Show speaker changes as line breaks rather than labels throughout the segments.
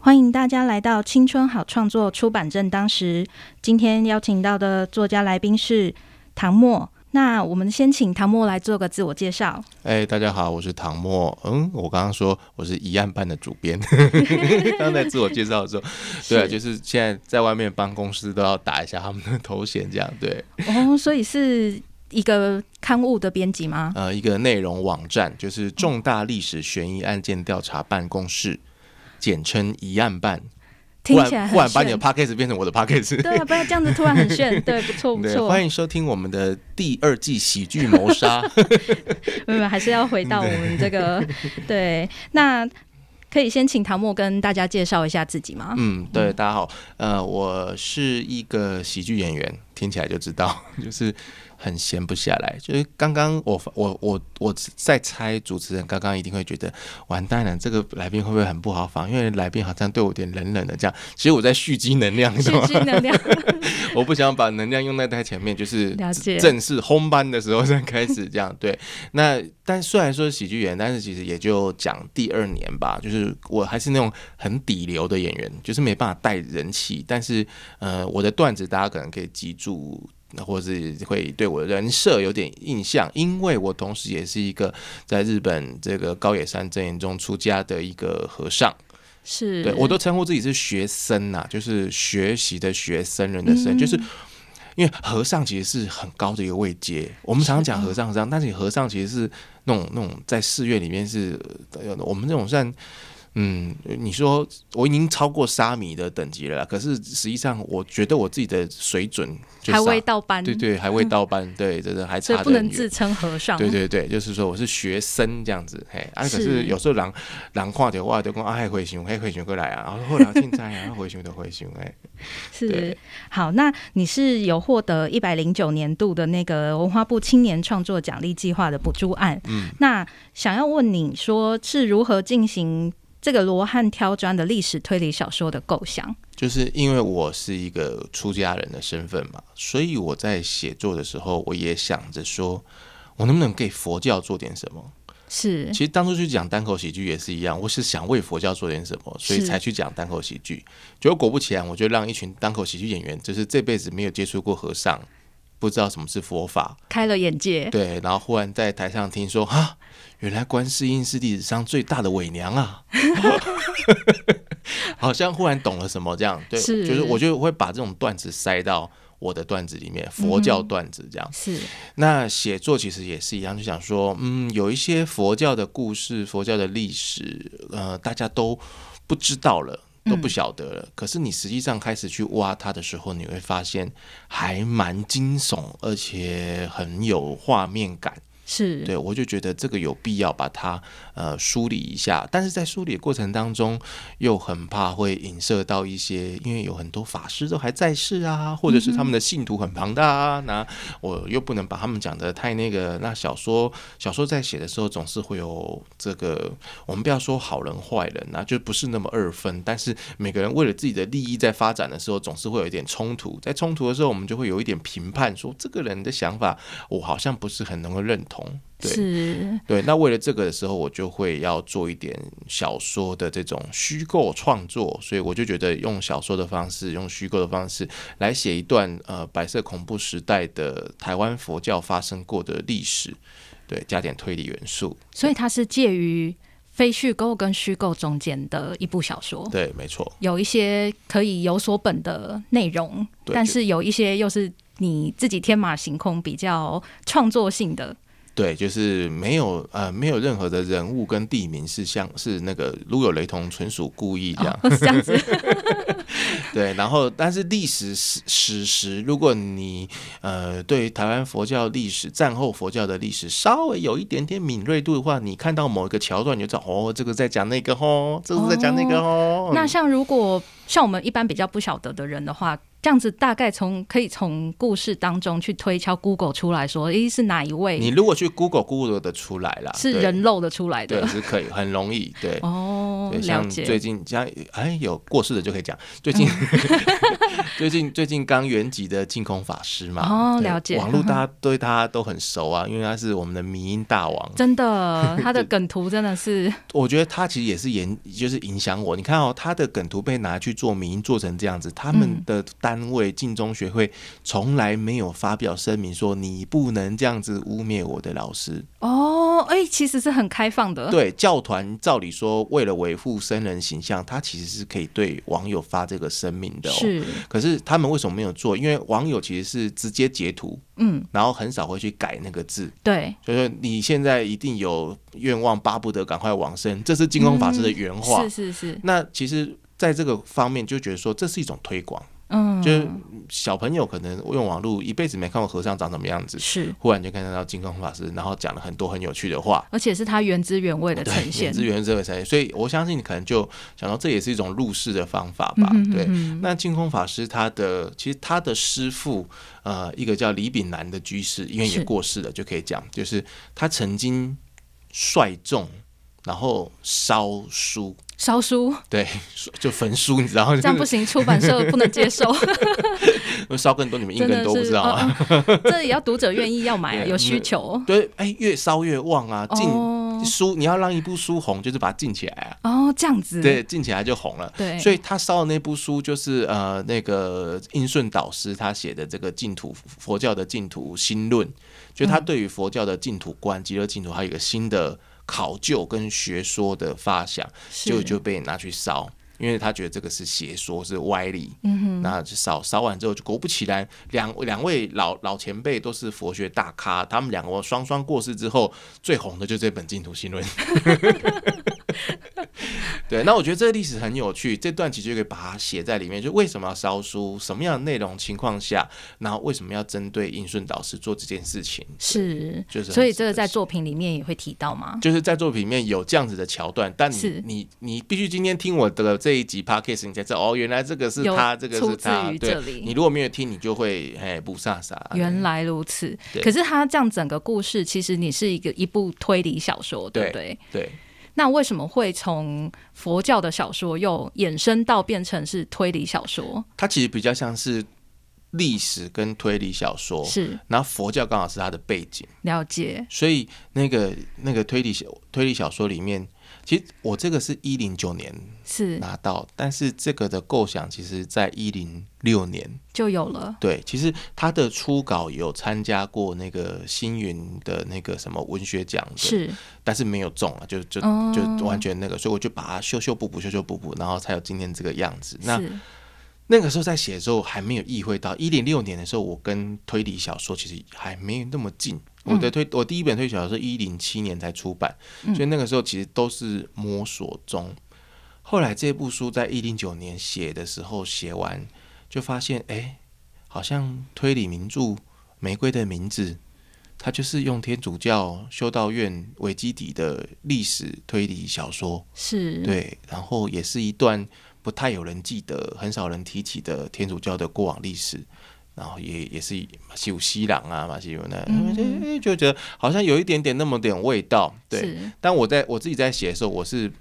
欢迎大家来到《青春好创作》出版正当时。今天邀请到的作家来宾是唐默。那我们先请唐默来做个自我介 绍。
哎、大家好，我是唐默。嗯，我刚刚说我是一案办的主编， 刚才自我介绍的时候，对啊，就是现在在外面帮公司都要打一下他们的头衔，这样对。
哦，所以是一个刊物的编辑吗？
呃，一个内容网站就是重大历史悬疑案件调查办公室，简称一案办。
听起来
忽然
很
忽然把你的
炫。
podcast 变成我的 podcast。
对啊，不要这样子，突然很 炫。对，不错不
对，
错。
欢迎收听我们的第二季喜剧谋杀。
没有，没有还是要回到我们这个 对。那可以先请唐默跟大家介绍一下自己吗？
嗯，对，大家好，呃，我是一个喜剧演员，听起来就知道， 就是很闲不下来。就是刚刚我发我我我在猜，主持人刚刚一定会觉得完蛋了，这个来宾会不会很不好访？因为来宾好像对我有点冷冷的这样。其实我在蓄积能量，你知
是
道吗？
正能 量。
我不想把能量用在太前面，就是
了解
正式烘班的时候再开始 这样。对，那但虽然说喜剧演员，但是其实也就讲第二年吧，就是我还是那种很底流的演员，就是没办法带人气，但是呃，我的段子大家可能可以记住。或是会对我的人设有点印象，因为我同时也是一个在日本这个高野山阵营中出家的一个和尚，
是，
对我都称呼自己是学生呐、就是学习的学生人的生，
嗯
就是因为和尚其实是很高的一个位阶。我们常常讲和尚和尚，但是和尚其实是那种那种在寺院里面是，呃我们这种算。嗯，你说我已经超过沙弥的等级了啦，可是实际上我觉得我自己的水准就
还
沙
未到班，
对对，还未到班，对，真的还
所
差
以
得
不能
很远
自称和尚。
对对对，就是说我是学生这样子，嘿，啊，可
是
是有时候人人看到我就讲啊，嘿，回想，嘿，回想过来啊，然后后来现在啊，回想就回想，哎，
是
对
好，那你是有获得一百零九年度的那个文化部青年创作奖励计划的补助案，嗯，那想要问你说是如何进行这个罗汉挑砖的历史推理小说的构想？
就是因为我是一个出家人的身份嘛，所以我在写作的时候，我也想着说，我能不能给佛教做点什么？
是
其实当初去讲单口喜剧也是一样，我是想为佛教做点什么，所以
是
才去讲单口喜剧。结果果不其然，我就让一群单口喜剧演员，就是这辈子没有接触过和尚，不知道什么是佛法，
开了眼界，
对，然后忽然在台上听说，哈，原来观世音是历史上最大的伪娘啊， 好像忽然懂了什么这样，对，
是
就是我就会把这种段子塞到我的段子里面，佛教段子这样。
是
那写作其实也是一样，就想说，嗯，有一些佛教的故事、佛教的历史，呃，大家都不知道了。都不晓得了，可是你实际上开始去挖它的时候，你会发现还蛮惊悚，而且很有画面感。
是，
对，我就觉得这个有必要把它呃梳理一下，但是在梳理的过程当中，又很怕会影射到一些，因为有很多法师都还在世啊，或者是他们的信徒很庞大啊，那我又不能把他们讲的太那个。那小说小说在写的时候，总是会有这个，我们不要说好人坏人啊，就不是那么二分，但是每个人为了自己的利益在发展的时候，总是会有一点冲突，在冲突的时候，我们就会有一点评判，说这个人的想法我好像不是很能够认同。对，
是
对，那为了这个的时候，我就会要做一点小说的这种虚构创作，所以我就觉得用小说的方式，用虚构的方式来写一段呃白色恐怖时代的台湾佛教发生过的历史，对，加点推理元素，
所以它是介于非虚构跟虚构中间的一部小说。
对，没错，
有一些可以有所本的内容，
对
但是有一些又是你自己天马行空、比较创作性的。
对，就是没有呃没有任何的人物跟地名是像是那个如有雷同，纯属故意这样，
哦、是这样子
对，然后但是历史史史实，如果你呃对台湾佛教历史、战后佛教的历史稍微有一点点敏锐度的话，你看 到某一个桥段，你就知道哦，这个在讲那个哦，这个在讲那个哦。
那像如果像我们一般比较不晓得的人的话，这样子大概从可以从故事当中去推敲 Google 出来说，诶，是哪一位？
你如果去 Google Google 的出来啦，
是
对
人露的出来
对
的。
是可以，很容易对。
哦，
对，
了
像最
解。
近像哎有过世的就可以讲，最近、 最近最近刚原籍的净空法师嘛，
哦
对
了解
网络大家对他都很熟啊，因为他是我们的迷音大王，
真 的，他的梗图真的是，
我觉得他其实也是影，就是影响我。你看哦，他的梗图被拿去做民音做成这样子，他
嗯
们的单位晋中学会从来没有发表声明说你不能这样子污蔑我的老师。
哦，哎、其实是很开放的。
对教团，照理说为了维护僧人形象，他其实是可以对网友发这个声明的、哦。。
是，
可是他们为什么没有做？因为网友其实是直接截图，
嗯，
然后很少会去改那个字。
对，
所以说你现在一定有愿望，巴不得赶快往生，这是金空法师的原话。
嗯是是是，
那其实在这个方面就觉得说，这是一种推广，
嗯，
就是小朋友可能用网络一辈子没看过和尚长什么样子，
是，
忽然就看到金刚法师，然后讲了很多很有趣的话。
而且是他原汁原味的
哦对
呈，现
原。汁原味呈现，所以我相信你可能就想到这也是一种入世的方法吧。
嗯哼
对
嗯，哼
那净空法师他的其实他的师父，呃，一个叫李炳南的居士，因为也
是
过世了，就可以讲，就是他曾经率众然后烧书，
烧书
对，就焚书，你知道吗？
这样不行，出版 社不能接受，
会烧更多，你们印
真
更
的
多，不
是
知道啊吗？
哦哦这也要读者愿意要买啊，
对
有需求
对，哎，越烧越旺啊，进、
哦
书你要让一部书红，就是把它禁起来啊。
哦，这样子
对，禁起来就红了。
对
所以他烧的那部书就是呃，那个印顺导师他写的这个净土佛教的净土新论，就他
嗯
对于佛教的净土观、极乐净土，还有一个新的考究跟学说的发想，
是
就就被拿去烧。因为他觉得这个是邪说，是歪理，嗯哼，那就烧烧完之后，就果不其然，两两位老老前辈都是佛学大咖，他们两个双双过世之后，最红的就是这本《净土 新论》。对，那我觉得这个历史很有趣，这段其实就可以把它写在里面，就为什么要烧书，什么样的内容情况下，然后为什么要针对应顺导师做这件事情，
是
就是很
所以这个
值
在
得
作品里面也会提到吗？
就是在作品里面有这样子的桥段，但你
是
你你必须今天听我的这一集 podcast，你才知道哦，原来这个是
有
他，这个
出
是
自
他。
于这
对
里，
你如果没有听，你就会哎不飒飒。
原来如此
对，
可是他这样整个故事，其实你是一个一部推理小说，对不对？
对，
那为什么会从佛教的小说又衍生到变成是推理小说？
它其实比较像是历史跟推理小说，
是
然后佛教刚好是它的背景，
了解，
所以那个那个推理小推理小说里面，其实我这个是一零九年
是
拿到，但是这个的构想其实在一零六年
就有了，
对，其实他的初稿有参加过那个星云的那个什么文学奖的，
是
但是没有中啊，就就
哦
就完全那个，所以我就把它修修补补，修修补补，然后才有今天这个样子。那
是
那个时候在写的时候还没有意会到，一零六年的时候，我跟推理小说其实还没那么近。我的推、我第一本推理小说一零七年才出版，所以那个时候其实都是摸索中。后来这部书在一零九年写的时候写完，就发现哎、诶好像推理名著《玫瑰的名字》，它就是用天主教修道院为基底的历史推理小说。
是，
对，然后也是一段不太有人记得、很少人提起的天主教的过往历史。然后也也是马西有西朗啊，马西有那，哎就觉得好像有一点点那么点味道。对，
是
但我在我自己在写的时候，我是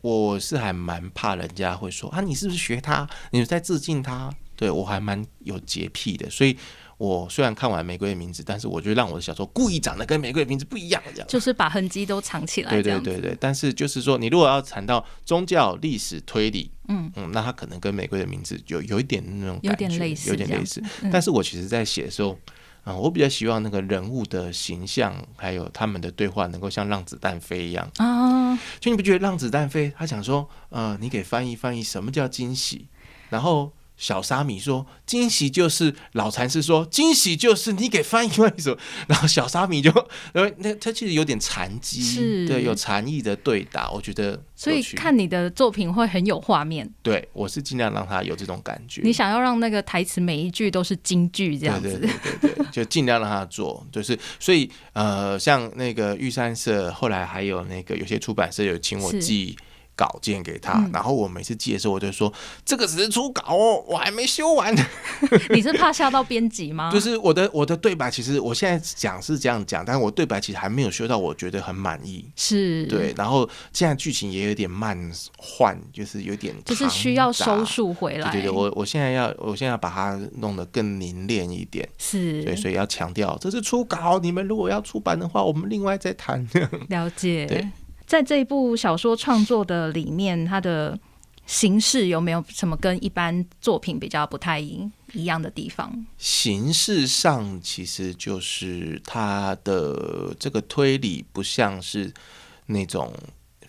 我是还蛮怕人家会说啊，你是不是学他？你在致敬他？对我还蛮有洁癖的，所以我虽然看完《玫瑰的名字》，但是我就让我的小说故意长得跟《玫瑰的名字》不一样，这样。
就是把痕迹都藏起来，
对
这
对
样子
对对，但是就是说，你如果要谈到宗教、历史、推理，嗯嗯，那它可能跟玫瑰的名字有有一点那种
有
感
点
觉
类似
有点
这
类
样嗯
似。但是我其实在写的时候，啊、我比较希望那个人物的形象还有他们的对话能够像让子弹飞一样。
啊，
就你不觉得让子弹飞？他想说，呃，你给翻译翻译什么叫惊喜？然后。小沙弥说：“惊喜就是老禅师说，惊喜就是你给翻译翻译什么。” 然后小沙弥就，然后那他其实有点禅机，
是
对，有禅意的对答，我觉得
所
有
以
趣
看你的作品会很有画面，
对我是尽量让他有这种感觉。
你想要让那个台词每一句都是京剧这样子，
对对对对对，就尽量让他做，就是所以呃，像那个玉山社，后来还有那个有些出版社有请我
是
寄稿件给他，然后我每次寄的时候，我就说这个只是初稿哦，我还没修完。
你是怕吓到编辑吗？
就是我的我的对白，其实我现在讲是这样讲，但是我对白其实还没有修到，我觉得很满意。
是，
对，，然后现在剧情也有点慢换，就是有点
就是需要收
长
束回
杂。
来。
对对对，我我现在要，我现在要把它弄得更凝练一点，
是
对，所以要强调这是初稿，你们如果要出版的话，我们另外再谈。
了解。
对
在这一部小说创作的里面，它的形式有没有什么跟一般作品比较不太一一样的地方？
形式上其实就是它的这个推理不像是那种。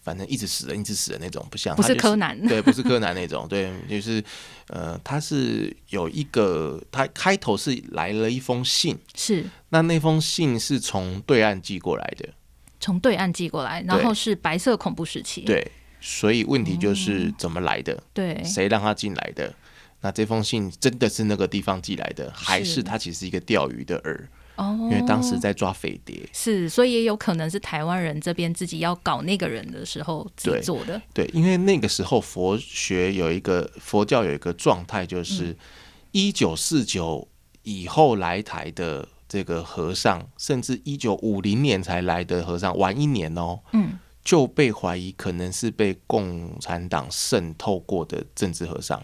反正一直死人，一直死人那种，不像
不
它
是
就
柯南
对，不是柯南那种，对，就是，呃，它是有一个，它开头是来了一封信，
是
那那封信是从对岸寄过来的，
从对岸寄过来，然后是白色恐怖时期。
对，所以问题就是
哦
怎么来的，
对
谁让他进来的？那这封信真的是那个地方寄来的，还是他其实是一个钓鱼的饵？
哦，
因为当时在抓匪谍，
是，所以也有可能是台湾人这边自己要搞那个人的时候自己
对
做的。
对，因为那个时候佛学有一个佛教有一个状态，
嗯
就是一九四九以后来台的这个和尚，甚至一九五零年才来的和尚，晚一年哦，
嗯，
就被怀疑可能是被共产党渗透过的政治和尚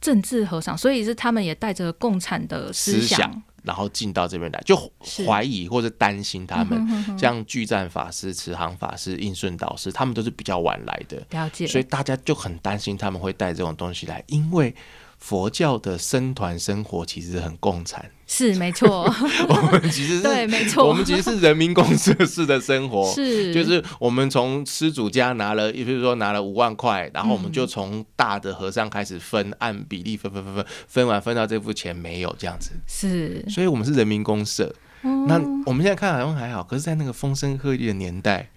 政治和尚，所以是他们也带着共产的
思
想。
想。然后进到这边来，就是怀疑或者担心他们，
嗯哼哼哼
像巨赞法师、慈航法师、印顺导师，他们都是比较晚来的。
了解，
所以大家就很担心他们会带这种东西来，因为佛教的僧团生活其实很共 产，
是没 错，
我们其实是
对，没错，
我们其实是人民公社式的生活。
是
就是我们从施主家拿了，也就是说拿了五万块，然后我们
嗯
就从大的和尚开始分，按比例分分分分，分完分到这副钱没有这样子，
是
所以我们是人民公社。
哦
那我们现在看好像还好，可是，在那个风声鹤唳的年代，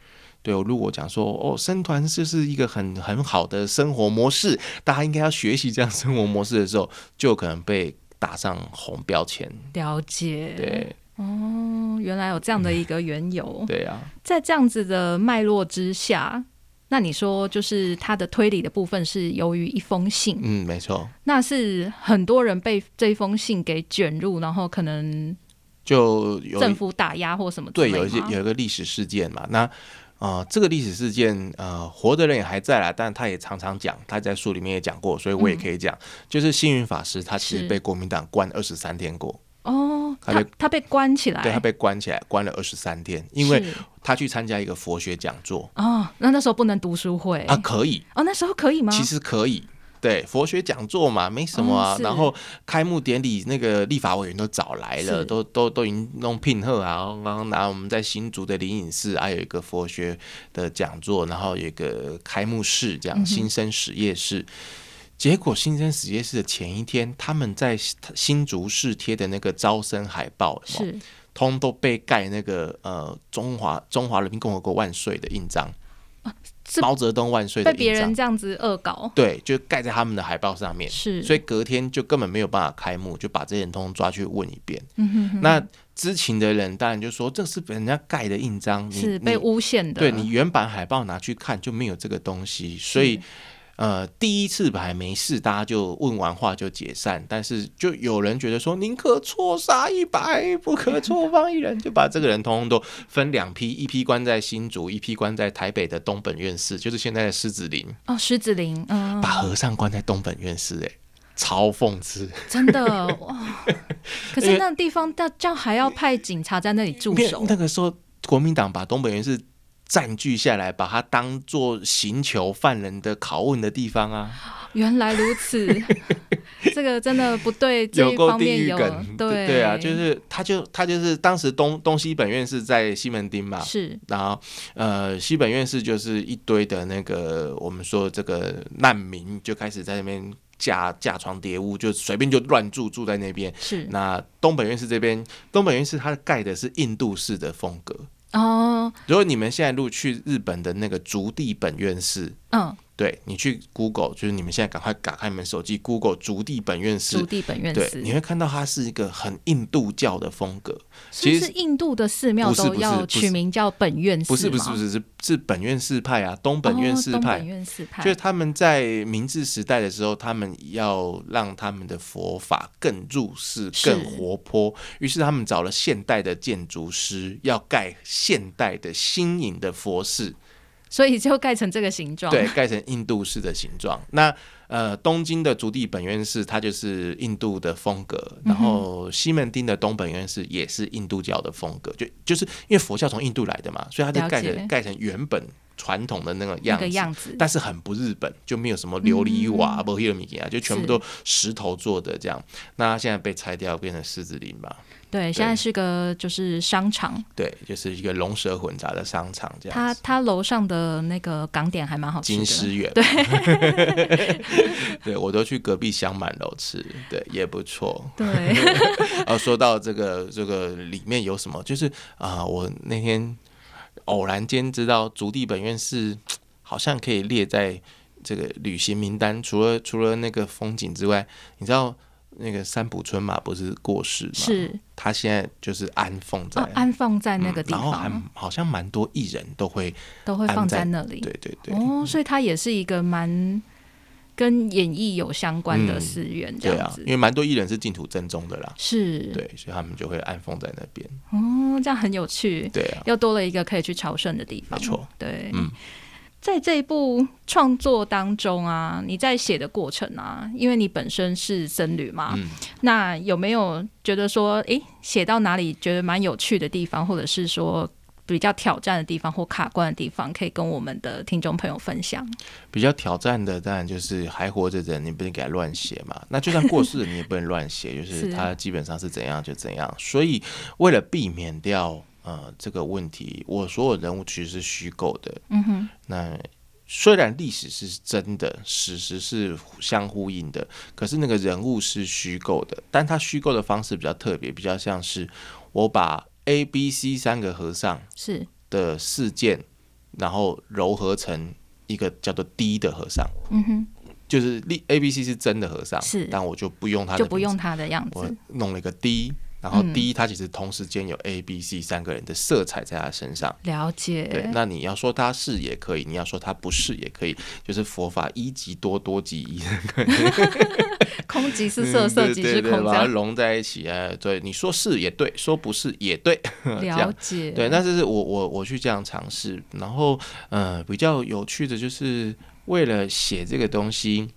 对我如果讲说哦，生团就是一个很很好的生活模式，大家应该要学习这样生活模式的时候，就有可能被打上红标签。
了解，
对
哦，原来有这样的一个缘由，
对啊，
在这样子的脉络之下。那你说，就是他的推理的部分是由于一封信，
嗯，没错，
那是很多人被这封信给卷入，然后可能
就有
政府打压或什么之啊
对
类
有一些
吗
有一个历史事件嘛，那。啊、这个历史事件，呃，活的人也还在啦，但他也常常讲，他在书里面也讲过，所以我也可以讲，就是星云法师，他其
嗯是
实被国民党关二十三天过，
哦，
他
他
被
他被关起来，
对他被关起来，关了二十三天，因为
是
他去参加一个佛学讲座
哦，那那时候不能读书会
啊，可以，
哦，那时候可以吗？
其实可以。对佛学讲座嘛，没什么
哦
啊。
是
然后开幕典礼那个立法委员都找来了，
是
都都都已经弄聘贺啊。然后拿我们在新竹的灵隐寺，还有一个佛学的讲座，然后有一个开幕式，这样新生实业室。结果新生实业室的前一天，他们在新竹市贴的那个招生海报，有没有
是
通都被盖那个呃中华中华人民共和国万岁的印章，
哦是
毛泽东万岁的
被别
印
人
章，
这样嗯子恶搞，
对，就盖在他们的海报上面，
是，
所
以
以隔天就根本没有办法开幕，就把这些人通通抓去问一遍。
嗯
那知情的人当然就说这是人家盖的印章，你
是
你
被诬陷的，
对你原版海报拿去看就没有这个东西，所以呃第一次还没事，大家就问完话就解散，但是就有人觉得说宁可错杀一百，不可错放一人，就把这个人通通都分两批，一批关在新竹，一批关在台北的东本院寺，就是现在的狮子林，
哦，狮子林，嗯，
把和尚关在东本院寺、欸，超讽刺，
真的 哇！可是那地方到这样还要派警察在那里驻
因为
守，
那个时候国民党把东本院寺。占据下来，把它当做刑求犯人的拷问的地方啊！
原来如 此，这个真的不对，这
有
一
够
方
地
面
狱
有
梗，
对
对啊，就是他就他就是当时东东西本院是在西门町嘛，
是
然后呃西本院是就是一堆的那个我们说这个难民就开始在那边架架床叠屋，就随便就乱住住在那边。
是
那东本院是这边，东本院是它盖的是印度式的风格。
哦，
如果你们现在如果去日本的那个竹地本院寺，
嗯，
对你去 Google，就是你们现在赶快打开你们手机 Google 竹地本院
朱
寺，
棣本院
对，
寺，
你会看到它是一个很印度教的风格。
所以
其
是
实
印度的寺庙
不是
都
不是
要
不是
取名叫本院寺
不是不是
吗
不是是是本院寺派啊，东本院
哦
寺
东
派，
本院寺派
就是他们在明治时代的时候，他们要让他们的佛法更入世、
是
更活泼，于是他们找了现代的建筑师，要盖现代的新颖的佛寺，
所以就盖成这个形状。
对，盖成印度式的形状。那呃，东京的竹地本院寺，它就是印度的风格；
嗯
然后西门町的东本院寺也是印度教的风格，就就是因为佛教从印度来的嘛，所以它就
了
盖
解
成盖成原本传统的那个
那
样
个
子。
样子，
但是很不日本，就没有什么琉璃瓦、
嗯
不黑米吉啊，就全部
是
都石头做的这样。那它现在被拆掉，变成狮子林吧？
对，现在是个就是商场，
对，就是一个龙蛇混杂的商场这样
它
子。
它楼上的那个港点还蛮好吃
金
的。
狮园，对， 对我都去隔壁香满楼吃，对，也不错。
对，
呃，说到这个这个里面有什么，就是啊、我那天偶然间知道竹地本院是好像可以列在这个旅行名单，除了除了那个风景之外，你知道那个三浦春马不是过世吗？，
是
他现在就是安放在、嗯
哦安放在那个地
然后
方，
还好像蛮多艺人都会，
都会放在那里。
对对对。嗯
哦，所以它也是一个蛮跟演艺有相关的
嗯
寺院这
对啊
样，子。
因为蛮多艺人是净土正宗的啦，
是，
对，所以他们就会安放在那边。
哦，这样很有趣，
对啊，
又多了一个可以去朝圣的地方。
没错，
对，
嗯
在这一部创作当中啊，你在写的过程啊，因为你本身是僧侣嘛，
嗯
那有没有觉得说，诶，写到哪里觉得蛮有趣的地方，或者是说比较挑战的地方或卡关的地方，可以跟我们的听众朋友分享？
比较挑战的当然就是还活着的人，你不能给他乱写嘛。那就算过世了，你也不能乱写， 就是
是
他基本上是怎样就怎样。所以为了避免掉呃这个问题，我所有人物其实是虚构的。
嗯哼，
那虽然历史是真的，史实是相呼应的，可是那个人物是虚构的，但他虚构的方式比较特别，比较像是我把 A、B、C 三个和尚
是
的事件，然后糅合成一个叫做 D 的和尚。
嗯哼，
就是 A B C 是真的和尚，
是
但我就不用他的，
就不用，他的样
我
子，
弄了一个 D，然后
嗯
D 它其实同时间有 A B C 三个人的色彩在他身上。
了
对
解，，
那你要说他是也可以，你要说他不是也可以，就是佛法一即多，多即一，
空即是色，色即是
对对对
空，这
把它
样
融在一起。哎，对，你说是也对，说不是也嗯对，这
了
样。
解，
对，那这是我我我去这样尝试，然后呃，比较有趣的就是为了写这个东西，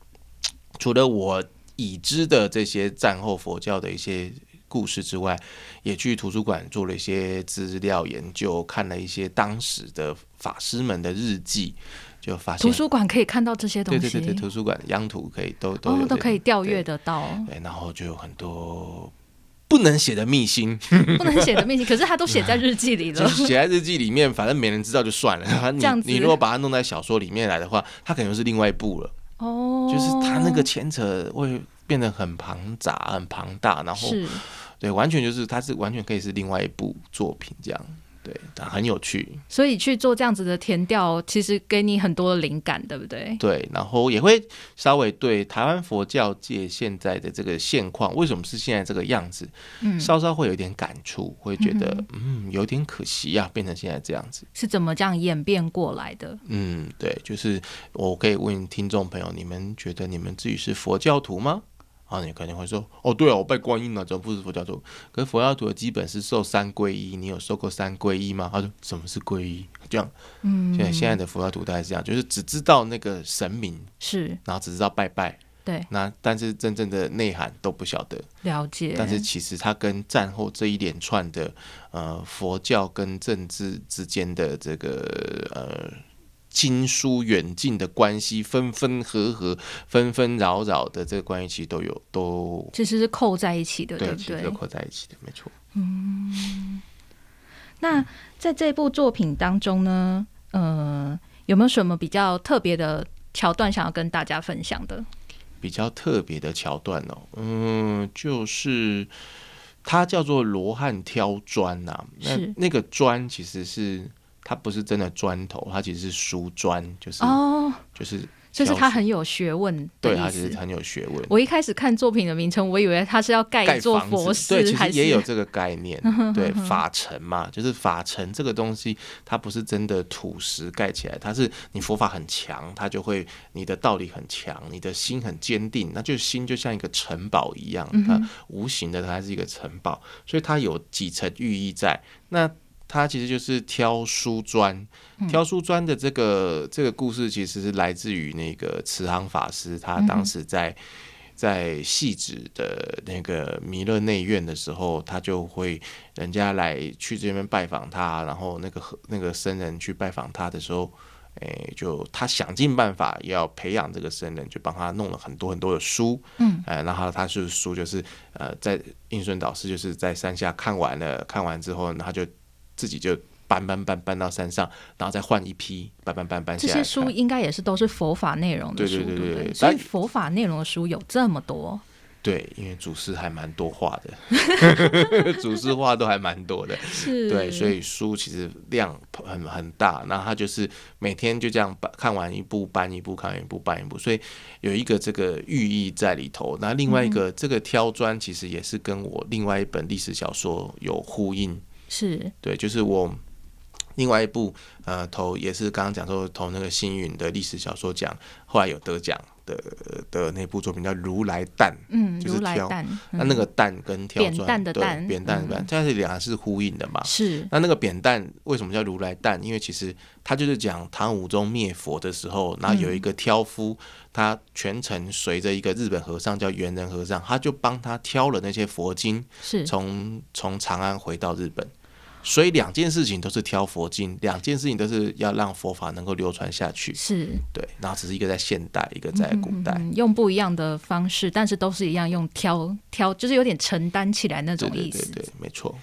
除了我已知的这些战后佛教的一些故事之外，也去图书馆做了一些资料研究，看了一些当时的法师们的日记，就发现
图书馆可以看到这些东
对
西，
对对对，图书馆央图可以都都有
哦，都
这
可以调阅
对
得到，
对，然后就有很多不能写的秘辛。
不能写的秘辛，可是他都写在日记里
就
了。
是写在日记里面，反正没人知道 就算了。你
这样子
你如果把它弄在小说里面来的话，它可能又是另外一部了。
哦，
就是它那个牵扯会变得很庞杂、很庞大，然后
是
对，完全就是它是完全可以是另外一部作品这样。对，但很有趣。
所以去做这样子的填调，其实给你很多灵感，对不对？
对，然后也会稍微对台湾佛教界现在的这个现况，为什么是现在这个样子，
嗯，
稍稍会有点感触，会觉得嗯有点可惜呀、变成现在这样子。
是怎么这样演变过来的？
嗯，对，就是我可以问听众朋友，你们觉得你们自己是佛教徒吗？啊，你肯定会说，哦，对啊，我拜观音了，怎么不是佛教徒？可是佛教徒的基本是受三皈依，你有受过三皈依吗？他说什么是皈依？这样，
嗯，
现在现在的佛教徒大概是这样，就是只知道那个神明，
是
然后只知道拜拜，
对
那但是真正的内涵都不晓得。
了解，
但是其实它跟战后这一连串的呃佛教跟政治之间的这个呃亲疏远近的关系，分分合合、纷纷扰扰的这个关系，其实都有都
其实是扣在一起的，对不
其实
对
都？扣在一起的，没错。嗯
那在这部作品当中呢，呃，有没有什么比较特别的桥段想要跟大家分享的？
比较特别的桥段哦，嗯，就是它叫做罗汉挑砖呐、那
是
那个砖其实是它不是真的砖头，它其实是书砖，就是、
哦，
就是
就是他
挑选
很有学问的
对，他
意
其
思
实。很有学问。
我一开始看作品的名称，我以为他是要盖
盖
一座
房子
佛
对，
寺，
其
还
实
是
也有这个概 念。对，法城嘛，就是法城这个东西，它不是真的土石盖起来，它是你佛法很强，它就会你的道理很强，你的心很坚定，那就心就像一个城堡一样，
嗯
它无形的它是一个城堡，所以它有几层寓意在。那它其实就是挑书砖，
嗯
挑书砖的这个这个故事其实是来自于那个慈航法师，
嗯
他当时在。在细致的那个弥勒内院的时候，他就会人家来去这边拜访他，然后那个和那个僧人去拜访他的时候，诶、就他想尽办法要培养这个僧人，就帮他弄了很多很多的书，嗯，呃，然后他是书就是呃，在应顺导师就是在山下看完了，看完之后呢，他就自己就搬搬搬搬到山上，然后再换一批搬搬搬搬
这
下
些
来看。
书应该也是都是佛法内容的
对
书，
对对
不
对对
所以
但
佛法内容的书有这么多，
对，因为祖师还蛮多话的， 祖师话都还蛮多的，
是
对，所以书其实量很很大。那他就是每天就这样搬，看完一部搬一部，看完一部搬一部，所以有一个这个寓意在里头。那另外一个、这个挑砖其实也是跟我另外一本历史小说有呼应，
是
对，就是我另外一部呃投也是刚刚讲说投那个幸运的历史小说奖，后来有得奖的呃的那部作品叫《如来蛋》。
嗯，
就是
如来
挑啊
蛋，
那那个蛋跟
嗯
挑
扁
砖，
担的嗯
对
担
扁担的担，它是两个是呼应的嘛
嗯。是
那那个扁担为什么叫如来蛋？因为其实它就是讲唐武宗灭佛的时候，然后有一
嗯
个挑夫，他全程随着一个日本和尚叫圆仁和尚，他就帮他挑了那些佛经，
是
从从长安回到日本。所以两件事情都是挑佛经，两件事情都是要让佛法能够流传下去。
是，
对，然后只是一个在现代，一个在古代。
嗯，用不一样的方式，但是都是一样用挑挑，就是有点承担起来那
对
种
对
意
对
思。
对，没错。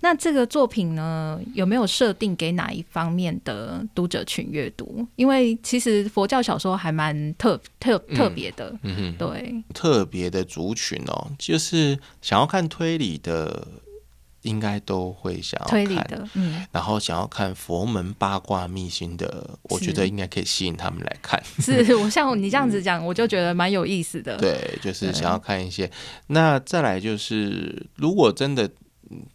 那这个作品呢，有没有设定给哪一方面的读者群阅读？因为其实佛教小说还蛮特特特别的，
嗯哼。
对，
特别的族群哦，就是想要看推理的，应该都会想要
推
看
理的，嗯，
然后想要看佛门八卦秘辛的，我
是
觉得应该可以吸引他们来看。
是我像你这样子讲，我就觉得蛮有意思的。，
嗯对，就是想要看一些。那再来就是，如果真的。嗯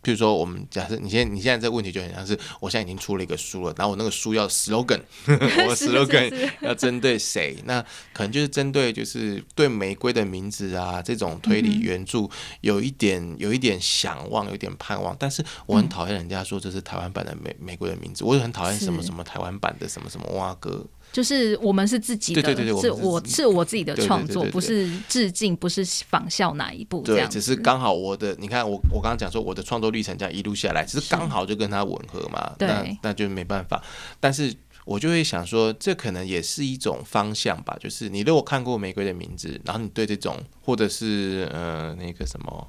譬如说，我们假设你现在你现在这个问题就很像是，我现在已经出了一个书了，然后我那个书 要 slogan，我 的 slogan 要针对谁？ 那可能就是针对就是对玫瑰的名字啊这种推理原著有一点有一点想望，有一点盼望，但是我很讨厌人家说这是台湾版的玫玫瑰的名字，我也很讨厌什么
是
什么台湾版的什么什么蛙哥，
就是我们是自己的，
对对对对
是
我们
我
是
是我自己的创作，
对对对对对
不是致敬，不是仿效哪一部这
对，
样子。
只是刚好我的，你看我我刚刚讲说我的创作历程这样一路下来，只是刚好就跟他吻合嘛，
对
那那就没办法。但是我就会想说，这可能也是一种方向吧，就是你如果看过《玫瑰的名字》，然后你对这种或者是呃那个什么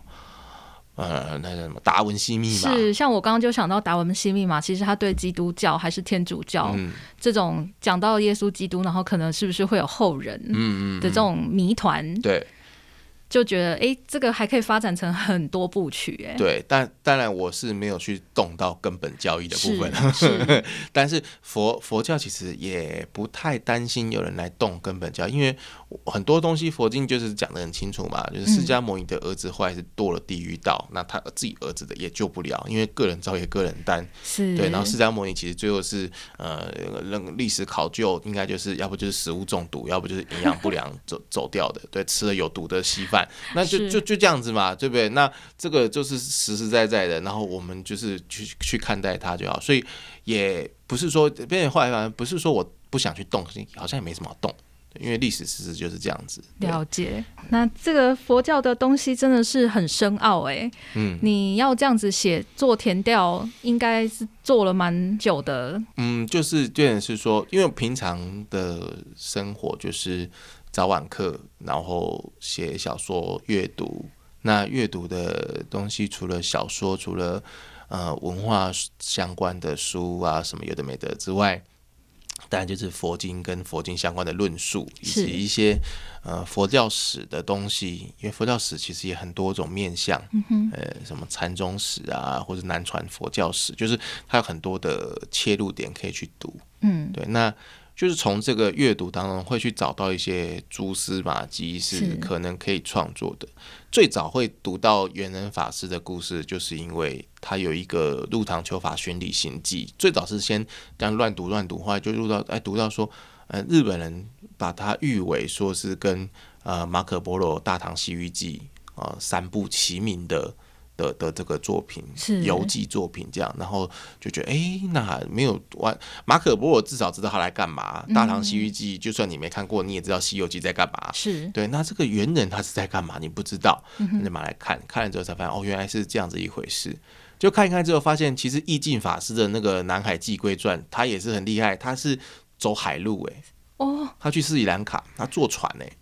呃那个什么达文西密码，
是像我刚刚就想到达文西密码，其实他对基督教还是天主教、
嗯
这种讲到耶稣基督，然后可能是不是会有后人
嗯嗯，
的这种谜团，
对。
就觉得诶，这个还可以发展成很多部曲、诶，
对，但当然我是没有去动到根本教义的部分，
是
但是佛佛教其实也不太担心有人来动根本教，因为很多东西佛经就是讲得很清楚嘛，就是释迦牟尼的儿子后来是堕了地狱道，那他自己儿子的也救不了，因为个人造业个人担。
是，
对，然后释迦牟尼其实最后是呃，那个历史考究应该就是要不就是食物中毒，要不就是营养不良走走掉的，对，吃了有毒的稀饭，那就是就就这样子嘛，对不对？那这个就是实实在在的，然后我们就是去去看待它就好，所以也不是说，变成后来反正不是说我不想去动，好像也没什么好动，对因为历史事实就是这样子。对
了解，那这个佛教的东西真的是很深奥诶，
嗯
你要这样子写做填调，应该是做了蛮久的，
嗯，就是变成是说，因为平常的生活就是早晚课，然后写小说、阅读。那阅读的东西，除了小说，除了呃文化相关的书啊，什么有的没的之外，当然就是佛经跟佛经相关的论述，以
是
及一些呃佛教史的东西。因为佛教史其实也很多种面向，呃，什么禅宗史啊，或者南传佛教史，就是它有很多的切入点可以去读。
嗯，
对，那就是从这个阅读当中会去找到一些蛛丝马迹，
是
是可能可以创作的。最早会读到元仁法师的故事，就是因为他有一个《入堂求法巡礼行记》，最早是先这样乱读乱读，后来就入到哎读到说，呃，日本人把它誉为说是跟呃马可波罗《大唐西域记》啊、三部齐名的。的的这个作品
是
游记作品这样，然后就觉得哎、那没有完马可波罗至少知道他来干嘛，
嗯
大唐西域记》就算你没看过，你也知道《西游记》在干嘛。
是
对，那这个猿人他是在干嘛？你不知道，
嗯
那就买来看，看了之后才发现，哦，原来是这样子一回事。就看一看之后，发现其实意境法师的那个《南海寄归传》，他也是很厉害，他是走海路诶、
哦，
他去斯里兰卡，他坐船诶、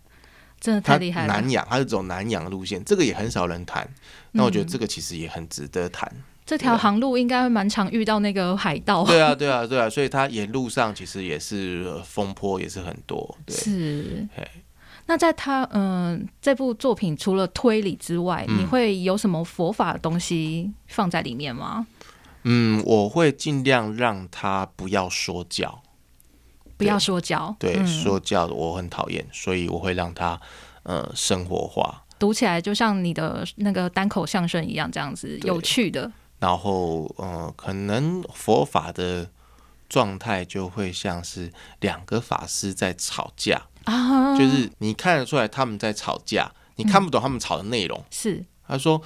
真的太
他
厉害了
南。洋，他是走南洋路线，这个也很少人谈。那我觉得这个其实也很值得谈。
这条航路应该会蛮常遇到那个海盗，
对啊，对啊，对啊，所以他沿路上其实也是呃风波也是很多。对，
是
嘿。
那在他嗯、这部作品除了推理之外，
嗯
你会有什么佛法的东西放在里面吗？
嗯，我会尽量让他不要说教。
不要说教，
对，
嗯
说教的我很讨厌，所以我会让它呃生活化，
读起来就像你的那个单口相声一样，这样子
对
有趣的。
然后呃，可能佛法的状态就会像是两个法师在吵架，
啊，
就是你看得出来他们在吵架，你
嗯
看不懂他们吵的内容。
是
他说。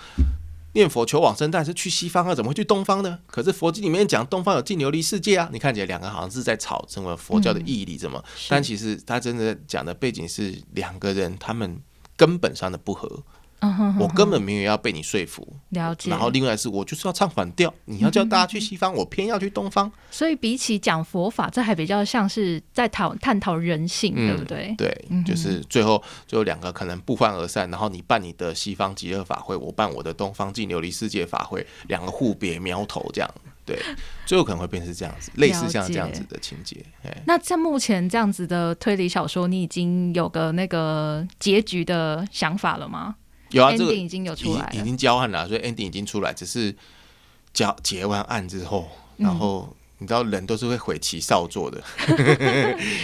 念佛求往生，但是去西方啊，怎么会去东方呢？可是佛经里面讲东方有净琉璃世界啊，你看起来两个好像是在吵什么佛教的义理怎么，但其实他真的讲的背景是两个人他们根本上的不合，
嗯哼哼
我根本没有要被你说服。
了解。嗯
然后另外是我就是要唱反调，你要叫大家去西方，我偏要去东方。
所以比起讲佛法，这还比较像是在讨探讨人性，
嗯
对不对？
对
嗯哼，
就是最后最后两个可能不欢而散。然后你办你的西方极乐法会，我办我的东方净琉璃世界法会，两个互别苗头这样。对，最后可能会变成这样子，类似像这样子的情节。哎，
那在目前这样子的推理小说，你已经有个那个结局的想法了吗、
有啊，
e
这
n d
个
i n g 已经有出来
已已
了，
经交案了，啊所以 ending 已经出来，只是交结完案之后，
嗯
然后你知道人都是会悔其少作的，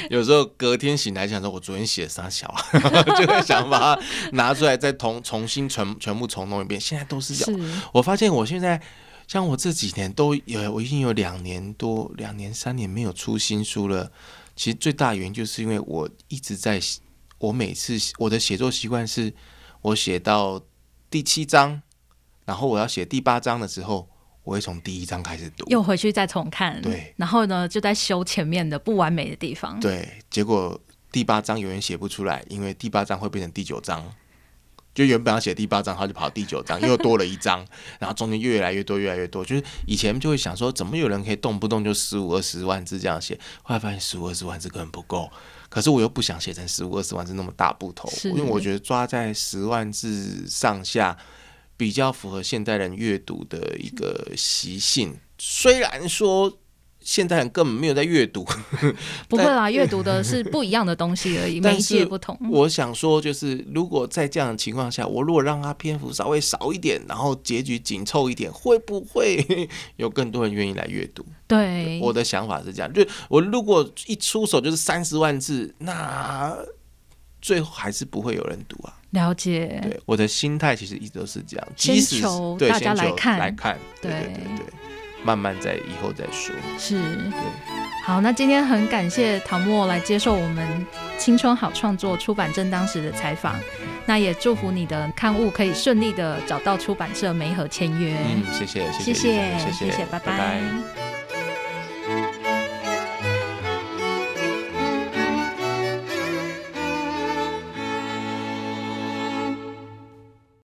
有时候隔天醒来想说，我昨天写的啥小啊， 就会想把它拿出来再重重新全全部重弄一遍。现在都是这样，
是
我发现我现在。像我这几年都有，我已经有两年多、两年、三年没有出新书了。其实最大原因就是因为我一直在，我每次我的写作习惯是，我写到第七章，然后我要写第八章的时候，我会从第一章开始读。
又回去再重看，
对
然后呢就在修前面的不完美的地方，，
对，结果第八章永远写不出来，因为第八章会变成第九章。就原本要写第八章，他就跑第九章，又多了一章，然后中间越来越多，越来越多。就是以前就会想说，怎么有人可以动不动就十五二十万字这样写？后来发现十五二十万字根本不够，可是我又不想写成十五二十万字那么大部头，
是
因为我觉得抓在十万字上下比较符合现代人阅读的一个习性。虽然说现代人根本没有在阅读，
不会 啦，阅读的是不一样的东西而已，
但
媒
是
介不同，
我想说，就是如果在这样的情况下，我如果让它篇幅稍微少一点，然后结局紧凑一点，会不会 有更多人愿意来阅读？
对，
我的想法是这样，就我如果一出手就是三十万字，那最后还是不会有人读啊。
了解，
对，我的心态其实一直都是这样，
先
即使
求
对
大家
先
来
求
看
来看，对对
对
对对，慢慢再以后再说。
是，好，那今天很感谢唐默来接受我们《青春好创作》出版正当时的采访，那也祝福你的刊物可以顺利的找到出版社媒合签约，
嗯，谢谢，
谢
谢谢，谢
谢谢，拜
拜
拜